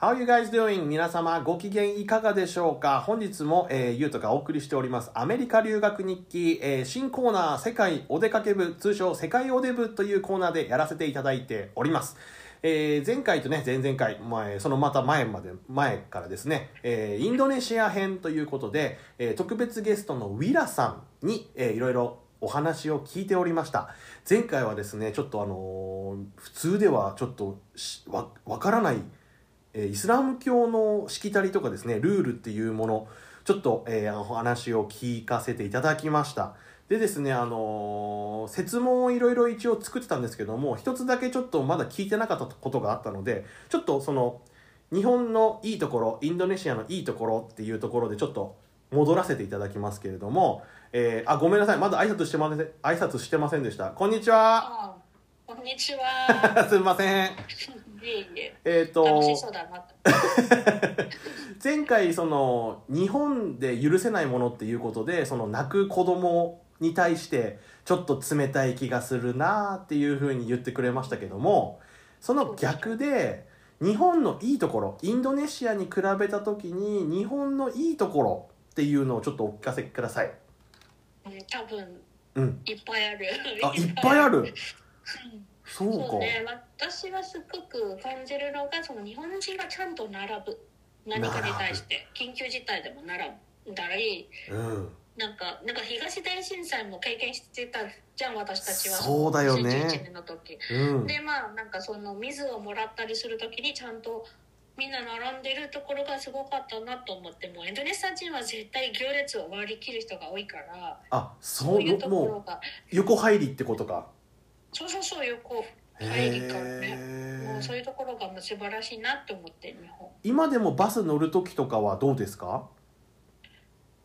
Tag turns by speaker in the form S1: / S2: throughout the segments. S1: How you guys doing? 皆様ご機嫌いかがでしょうか本日も、えー、ゆうとがお送りしておりますアメリカ留学日記、えー新コーナー世界お出かけ部通称世界お出部というコーナーでやらせていただいております。えー前回とね、前々回、前そのまた前まで、前からですね、えーインドネシア編ということで、えー特別ゲストのウィラさんに、えーいろいろお話を聞いておりました前回はですねちょっとあのー普通ではちょっとしわわからないえーイスラム教のしきたりとかですねルールっていうものちょっと、えーお話を聞かせていただきましたでですねあのー説問をいろいろ一応作ってたんですけども一つだけちょっとまだ聞いてなかったことがあったのでちょっとその日本のいいところインドネシアのいいところっていうところでちょっと戻らせていただきますけれども、えーあごめんなさいまだ挨拶してません挨拶してませんでしたこんにちは
S2: あこんにちは。
S1: すいません
S2: いえいえ。
S1: えっ、と
S2: 楽しそうだなと。
S1: 前回その日本で許せないものっていうことでその泣く子供に対してちょっと冷たい気がするなっていうふうに言ってくれましたけどもその逆で日本のいいところインドネシアに比べた時に日本のいいところっていうのをちょっとお聞かせください。
S2: うん多分
S1: うん、
S2: いっぱいある。
S1: あいっぱいあ
S2: る。
S1: るそうか
S2: そうね。私がすっごく感じるのがその日本人がちゃんと並ぶ。何かに対して緊急事態でも並んだり、
S1: うん、
S2: なんかなんか東大震災も経験してたじゃん私たちは。
S1: そうだよね
S2: 11年の時。
S1: うん、
S2: でまあなんかその水をもらったりする時にちゃんとみんな並んでるところがすごかったなと思ってもうインドネシア人は絶対行列を割り切る人が多いから
S1: あそ
S2: そう
S1: う
S2: いうところ
S1: もう
S2: が
S1: 横入りってことか。
S2: そうそうそう横入りからねも
S1: へ
S2: うそう
S1: え
S2: いうところがもう素晴らしいなと思って日本
S1: 今でもバス乗る時とかはどうですか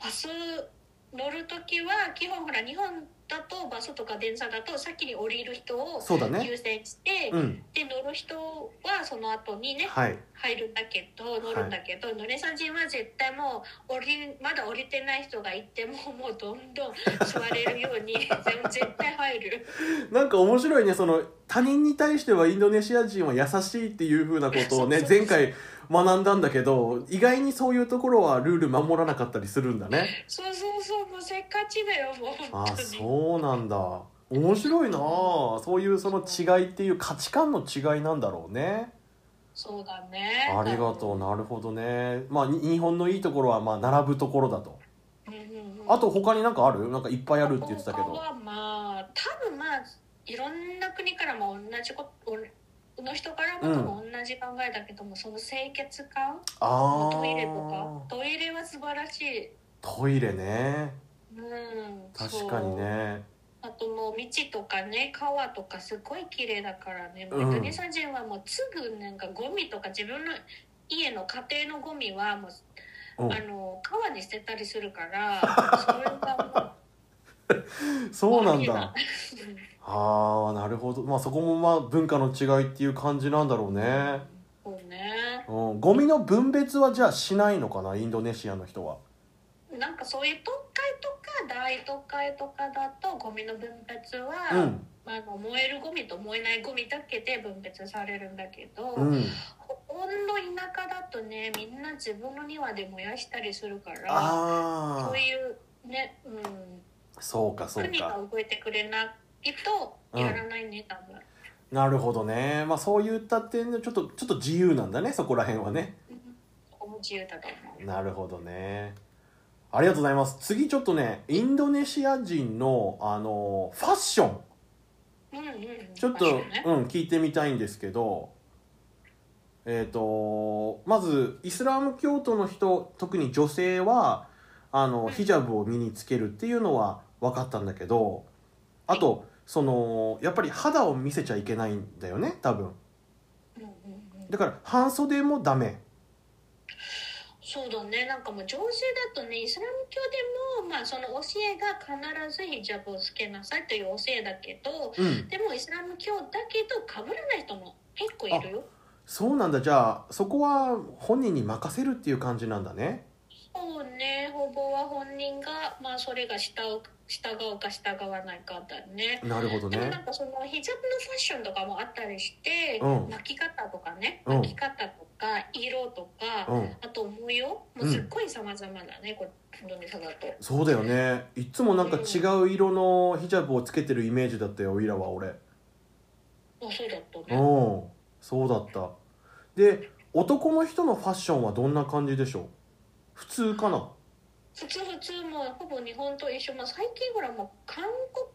S2: バス乗る時は基本ほら日本だとバスとか電車だと先に降りる人を
S1: そうだね。
S2: 優先して、
S1: うん。
S2: で乗る人はその後にね
S1: はい。
S2: 入るんだけど乗るんだけど、ノレサ人は絶対もう降りまだ降りてない人がいてももうどんどん座れるよう に全絶対入る
S1: なんか面白いね、その、他人に対してはインドネシア人は優しいっていう風なことをね、
S2: そうそう
S1: 前回学んだんだけど、意外にそういうところはルール守らなかったりするんだね。
S2: そうそうそうもうせっかちだよもう
S1: あ
S2: 本当に
S1: そうなんだ。面白いなあそういうその違いっていう価値観の違いなんだろうね。
S2: そうだね
S1: ありがとう、なるほどね。まあ、に日本のいいところは、まあ、並ぶところだと。
S2: うんうんうん
S1: あと他になんかあるなんかいっぱいあるって言ってたけ
S2: 他
S1: ど。
S2: はまあ多分まあいろんな国からも同じことの人からも多分同じ考えだけども、その清潔感
S1: あ
S2: トイレとか
S1: ー。
S2: トイレは素晴らしい、
S1: トイレね。
S2: うん、
S1: 確かに
S2: そう
S1: ね。
S2: あともう道とかね川とかすごい綺麗だからね、
S1: うん
S2: もうインドネシア人はもうすぐなんかゴミとか自分の家の家庭のゴミはもう、
S1: うん
S2: あの川に捨てたりするからそれが
S1: そうな
S2: ゴ
S1: ん
S2: ミ
S1: だ
S2: が。
S1: ああ、なるほど。まあそこもまあ文化の違いっていう感じなんだろう ね。
S2: そうね
S1: うん、ゴミの分別はじゃあしないのかな、インドネシアの人は。
S2: なんかそういう都会とか大都会とかだとゴミの分別は、
S1: うん、
S2: まああの燃えるゴミと燃えないゴミだけで分別されるんだけど、
S1: うん。
S2: ほほんの田舎だとねみんな自分の庭で燃やしたりするから
S1: ああ
S2: そう、いうね、うん、
S1: そうかそう
S2: 国が
S1: か。
S2: 動いてくれないとやらないね、多分。
S1: なるほどね。まあそういった点でちょっとちょっと自由なんだね、そこら辺はね。
S2: そこも自由だと思う。
S1: なるほどね。ありがとうございます。次ちょっとね、インドネシア人のあのファッション
S2: うんうんうん、
S1: ちょっと、
S2: 確かにね
S1: うん、聞いてみたいんですけど、えっ、と、まず、イスラム教徒の人、特に女性は、あの、
S2: ん
S1: ヒジャブを身につけるっていうのは分かったんだけど、あと、その、やっぱり肌を見せちゃいけないんだよね、多分。
S2: うんうんうん
S1: だから、半袖もダメ。
S2: そうだねなんかもう情勢だとねイスラム教でも、まあ、その教えが必ずヒジャブをつけなさいという教えだけど
S1: うん。
S2: でもイスラム教だけどかぶらない人も結構いるよ。
S1: そうなんだ。じゃあ、そこは本人に任せるっていう感じなんだね。
S2: そうねほぼは本人が、まあ、それが従う従うか従わないかだね。
S1: なるほど
S2: でもな
S1: ね
S2: んかそのヒジャブのファッションとかもあったりして、
S1: うん
S2: 巻き方とかね
S1: うん
S2: 巻き方とか色とか、
S1: うん
S2: あと模様もうすっごい様々だね、これインドネシアだと。
S1: そうだよねいつもなんか違う色のヒジャブをつけてるイメージだったよオイラは俺
S2: あそうだったね。
S1: うんそうだったで男の人のファッションはどんな感じでしょう普通かな
S2: 普通普通もうほぼ日本と一緒もう最近ほらもう韓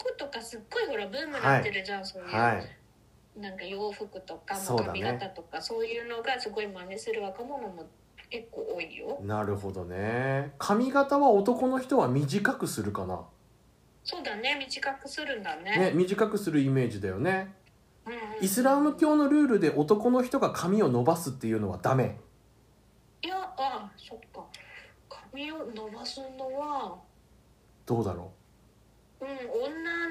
S2: 国とかすっごいほらブームになってるじゃん、そういう、
S1: はい
S2: なんか洋服とか
S1: そ
S2: も
S1: う
S2: う
S1: だね
S2: 髪型とかそう,、いうのがすごい真似する若者も結構多いよ。
S1: なるほどね髪型は男の人は短くするかな
S2: そうだね短くするんだね。
S1: ね短くするイメージだよね
S2: うんうん
S1: イスラム教のルールで男の人が髪を伸ばすっていうのはダメ
S2: いやあそっか髪を伸ばすのは、
S1: どうだろ
S2: うん、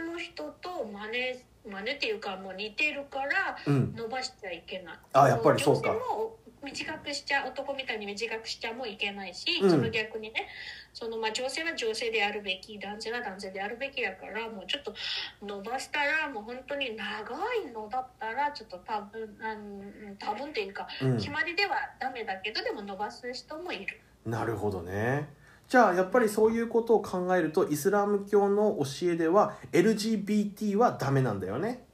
S2: 女の人と真似真似っていうかもう似てるから
S1: ううん
S2: 伸ばしちゃいけない
S1: あやっぱりそうか
S2: 女性も短くしちゃ男みたいに短くしちゃもいけないし、
S1: うん
S2: その逆にねそのまあ女性は女性であるべき男性は男性であるべきだからもうちょっと伸ばしたらもう本当に長いのだったらちょっと多分あのうん多分っていうか
S1: うん
S2: 決まりではダメだけどでも伸ばす人もいる。
S1: なるほどねじゃあやっぱりそういうことを考えるとイスラム教の教えでは LGBT はダメなんだよね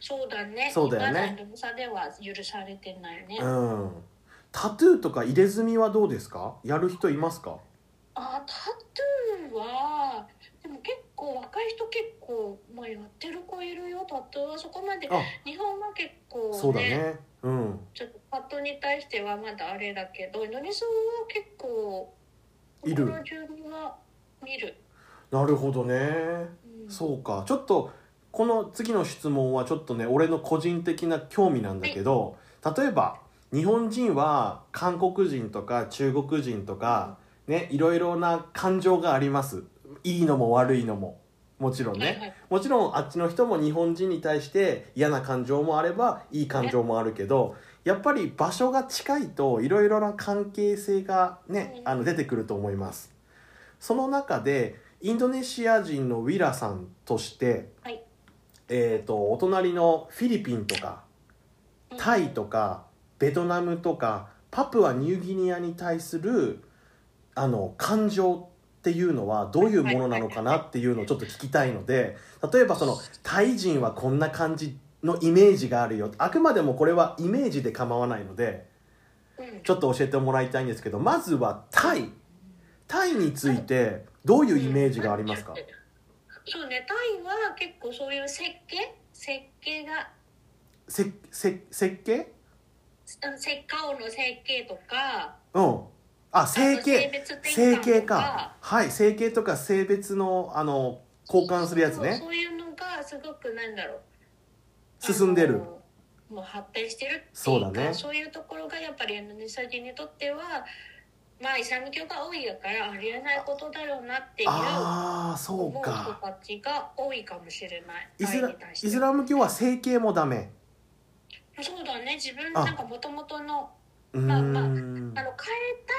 S2: そうだね。
S1: そうだよね
S2: 今のルサでは許されてないね。
S1: う
S2: あ
S1: んタトゥーとか入れ墨はどうですかやる人いますか
S2: タトゥーはでも結構若い人結構まあやってる子いるよタトゥーはそこまで
S1: あ
S2: 日本は結構ね
S1: そうだねうん
S2: ちょっとパッドに対してはまだあれだけどインドネシアは結構
S1: いる
S2: この住民は見る。
S1: なるほどね
S2: うん
S1: そうかちょっとこの次の質問はちょっとね俺の個人的な興味なんだけど例えば日本人は韓国人とか中国人とかねいろいろな感情がありますいいのも悪いのももちろん
S2: はいは
S1: ね
S2: い
S1: もちろんあっちの人も日本人に対して嫌な感情もあればいい感情もあるけどやっぱり場所が近いといろいろな関係性がね
S2: うん
S1: あの出てくると思いますその中でインドネシア人のウィラさんとして、
S2: はい
S1: えー、とお隣のフィリピンとか
S2: うん
S1: タイとかベトナムとかパプアニューギニアに対するあの感情っていうのはどういうものなのかなっていうのをちょっと聞きたいので例えばそのタイ人はこんな感じのイメージがあるよあくまでもこれはイメージで構わないので
S2: うん
S1: ちょっと教えてもらいたいんですけどまずはタイタイについてどういうイメージがありますか
S2: そうねタイは結構そういう設計設計が
S1: せせ設計
S2: あのせ顔の整形とか
S1: うんあ整
S2: あと性
S1: 形
S2: 別転
S1: 整
S2: 換と
S1: 形かはい整形とか性別のあの交換するやつ
S2: そう
S1: ね
S2: そういうのがすごくなんだろう
S1: 進んで
S2: あ
S1: る
S2: のもう発展してるっていうか
S1: そ
S2: そうう
S1: だね
S2: いうところがやっぱりインドネシア人にとってはまあイスラム教が多いからありえないことだろうなっていう
S1: ああそ
S2: 思う
S1: う
S2: 人
S1: か
S2: たちが多いかもしれない
S1: イス
S2: タ
S1: ラ
S2: イに対して
S1: イスラム教は整形もダメ
S2: そうだね自分
S1: あ
S2: なんかもともとの
S1: うーん
S2: まあまああの変えた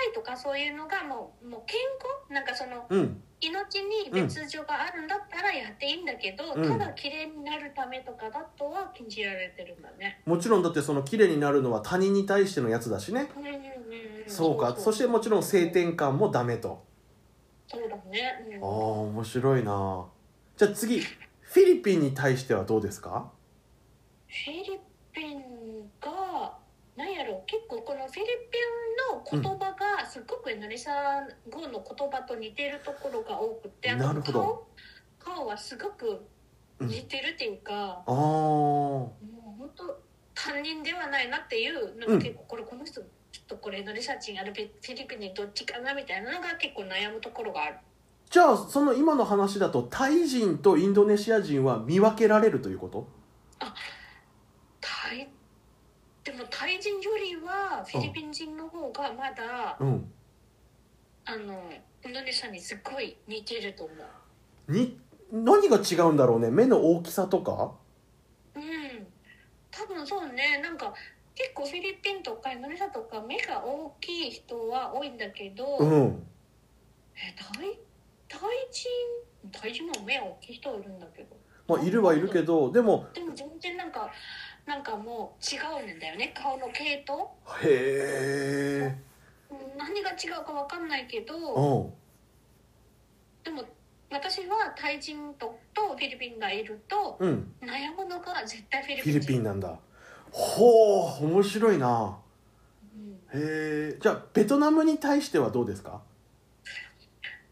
S2: いとかそういうのがもうもう健康なんかその
S1: うん
S2: 命に別状があるんだったらやっていいんだけど、
S1: うん
S2: ただ綺麗になるためとかだとは禁じられてるんだね。
S1: もちろんだってその綺麗になるのは他人に対してのやつだしね
S2: うんうんうんん
S1: そうかそしてもちろん性転換もダメと
S2: そうだね。うん
S1: ああ面白いなじゃあ次フィリピンに対してはどうですか
S2: フィリピンがなんやろう結構このフィリピンの言葉がすごくインドネシア語の言葉と似てるところが多くて、あと
S1: なるほど
S2: 顔顔はすごく似てるっていうか、
S1: ああ
S2: もう本当担任ではないなっていうなん
S1: う
S2: か
S1: ん
S2: 結構これこの人ちょっとこれインドネシア人あるべフィリピン人どっちかなみたいなのが結構悩むところがある。
S1: じゃあその今の話だとタイ人とインドネシア人は見分けられるということ
S2: タイでもタイ人よりはフィリピン人の方がまだ、
S1: うん
S2: あのインドネシアにすっごい似てると思う。
S1: に何が違うんだろうね目の大きさとか
S2: うん、多分そうねなんか結構フィリピンとかインドネシアとか目が大きい人は多いんだけど、
S1: うん
S2: え対対人対人も目大きい人はいるんだけど
S1: まあ、いるはいるけどでも
S2: でも全然なんかなんかもう違うんだよね顔の系統
S1: へえ
S2: うん何が違うかわかんないけ
S1: う
S2: ど
S1: ん
S2: でも私はタイ人ととフィリピンがいると
S1: うん
S2: 悩むのが絶対フィリ
S1: フ
S2: ピン
S1: ィ
S2: 人
S1: リピンなんだほう面白いな
S2: うん
S1: へえじゃあベトナムに対してはどうですか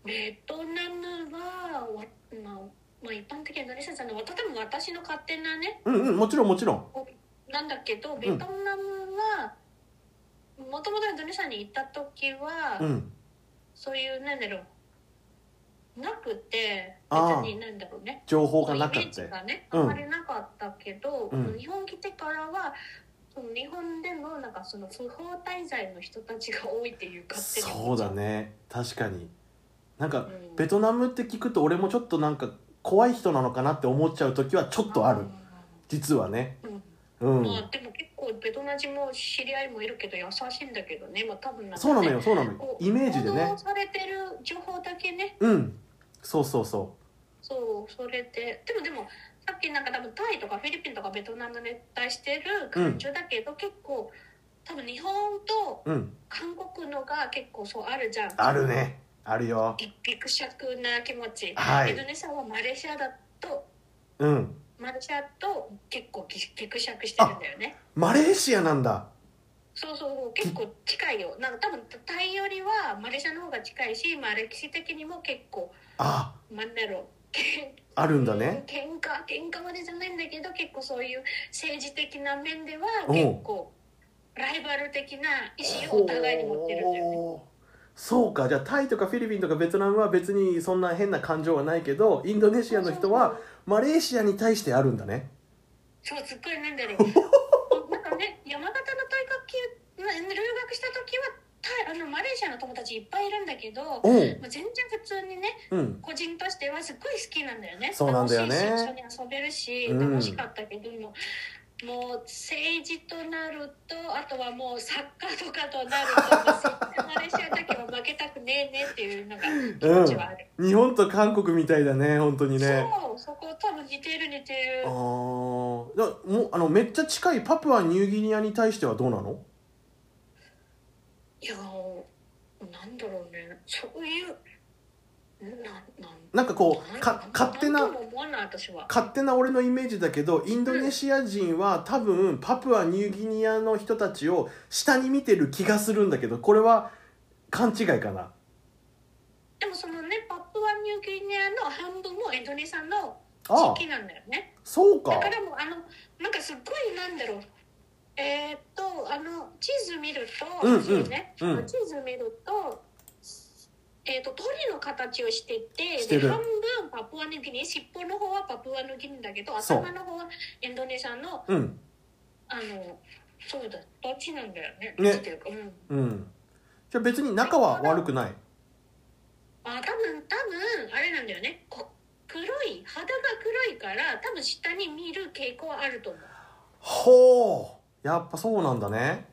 S2: ベトナムはわ、まあまあ、一般的に何せさんの多分私の勝手なね
S1: うんうんもちろんもちろん
S2: なんだけどベトナムはもともとインドネシアに行った時は、
S1: うん
S2: そういうなんだろうなくて
S1: ああ
S2: 別になんだろうね
S1: 情報がな
S2: イ
S1: か
S2: メ
S1: っ
S2: ージ
S1: た
S2: がね
S1: うん
S2: あんまりなかったけど、
S1: うん
S2: 日本来てからはその日本でのなんかその不法滞在の人たちが多いっていう勝手に
S1: そうだね確かになんか
S2: うん
S1: ベトナムって聞くと俺もちょっとなんか怖い人なのかなって思っちゃう時はちょっとある実はね
S2: うん
S1: うん
S2: まあでも結構ベトナム人も知り合いもいるけど優しいんだけどね、まあ、多分なんかね
S1: そうなのよそうなのよ
S2: こう
S1: イメージで
S2: 報
S1: ね
S2: 道されてる情報だけね
S1: うんそうそうそ
S2: そうそれででもでもさっきなんか多分タイとかフィリピンとかベトナムで対してる感情だけど、結構多分日本と
S1: ううん
S2: 韓国のが結構そうあるじゃん
S1: あるねあるよ
S2: 一匹尺な気持ち、
S1: はい
S2: インドネシアはマレーシアだと
S1: うん
S2: マレーシアと結構ぎぎくしゃくしてるんだよね
S1: マレーシアなんだ
S2: そうそうそう結構近いよなんか多分タイよりはマレーシアの方が近いし、まあ、歴史的にも結構
S1: あ
S2: なんだろうけん
S1: あるんだね
S2: 喧嘩喧嘩までじゃないんだけど結構そういう政治的な面では
S1: うん
S2: 結構ライバル的な意思をお互いに持ってるんだよね
S1: ほうそうかじゃあタイとかフィリピンとかベトナムは別にそんな変な感情はないけどインドネシアの人はマレーシアに対してあるんだね
S2: そうすっごいなん だろうなんかね山形の大学級まあ留学した時はタイあのマレーシアの友達いっぱいいるんだけども
S1: お
S2: う
S1: う
S2: 全然普通にね
S1: うん
S2: 個人としてはすっごい好きなんだよね
S1: そうなんだよね
S2: 楽しいし一緒に遊べるし、
S1: うん
S2: 楽しかったけどももう政治となるとあとはもうサッカーとかとなる とマレーシアだけは負けたくねえねっていうのが気持ちはある、
S1: 日本と韓国みたいだね本当にね
S2: そうそこ多分似てる似て
S1: あ
S2: る
S1: あもうあのめっちゃ近いパプアニューギニアに対してはどうなの
S2: いやなんだろうねそういうなんなん
S1: なんかこうか勝手
S2: な
S1: な
S2: んとも思わない私は
S1: 勝手な俺のイメージだけどインドネシア人は多分パプアニューギニアの人たちを下に見てる気がするんだけどこれは勘違いかな
S2: でもそのねパプアニューギニアの半分もインドネシアの
S1: ああ
S2: 地域なんだよね
S1: そうか
S2: だからもうあのなんかすっごいなんだろうえーっとあの地図見ると、
S1: うんうん
S2: 地図ね
S1: うん
S2: 地図見ると,、えーっと鳥の形をしてて
S1: してる
S2: で半分パプアニューギニア尻尾の方はパプアニューギニアだけど
S1: そう
S2: 頭の方はインドネシアの
S1: うん
S2: あのそうだどっちなんだよね
S1: ね
S2: どっちっていうか、うん、
S1: うんじゃあ別に仲は悪くない
S2: あ多分多分あれなんだよねこ黒い肌が黒いから多分下に見る傾向はあると思う
S1: ほうやっぱそうなんだね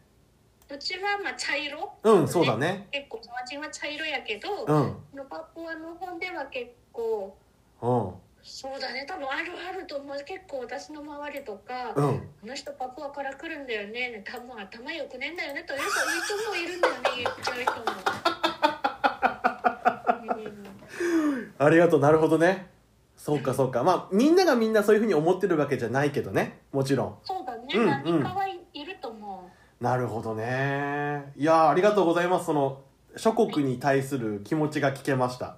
S2: うちはまあ茶色
S1: うんそうだね
S2: 結構友達は茶色やけど、
S1: うん
S2: のパプアの方では結構
S1: うん
S2: そうだね多分あるあると思う結構私の周りとか「
S1: う
S2: あ
S1: ん
S2: の人パプアから来るんだよね」多分頭良くねえんだよねという人もいるんだよね言っちゃう人も。 うん
S1: ありがとうなるほどねそうかそうかまあみんながみんなそういうふうに思ってるわけじゃないけどねもちろん
S2: そうだね、
S1: うんうん
S2: 何かはいると思
S1: なるほどねいやーありがとうございますその諸国に対する気持ちが聞けました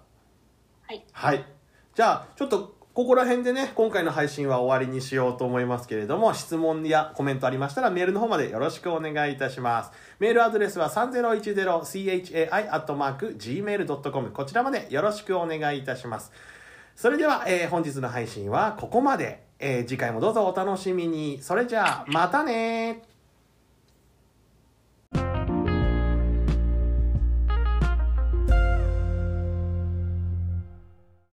S2: はい
S1: じゃあちょっとここら辺でね今回の配信は終わりにしようと思いますけれども質問やコメントありましたらメールの方までよろしくお願いいたしますメールアドレスは 3010chai.gmail.com こちらまでよろしくお願いいたしますそれでは、えー本日の配信はここまで、えー次回もどうぞお楽しみにそれじゃあまたねー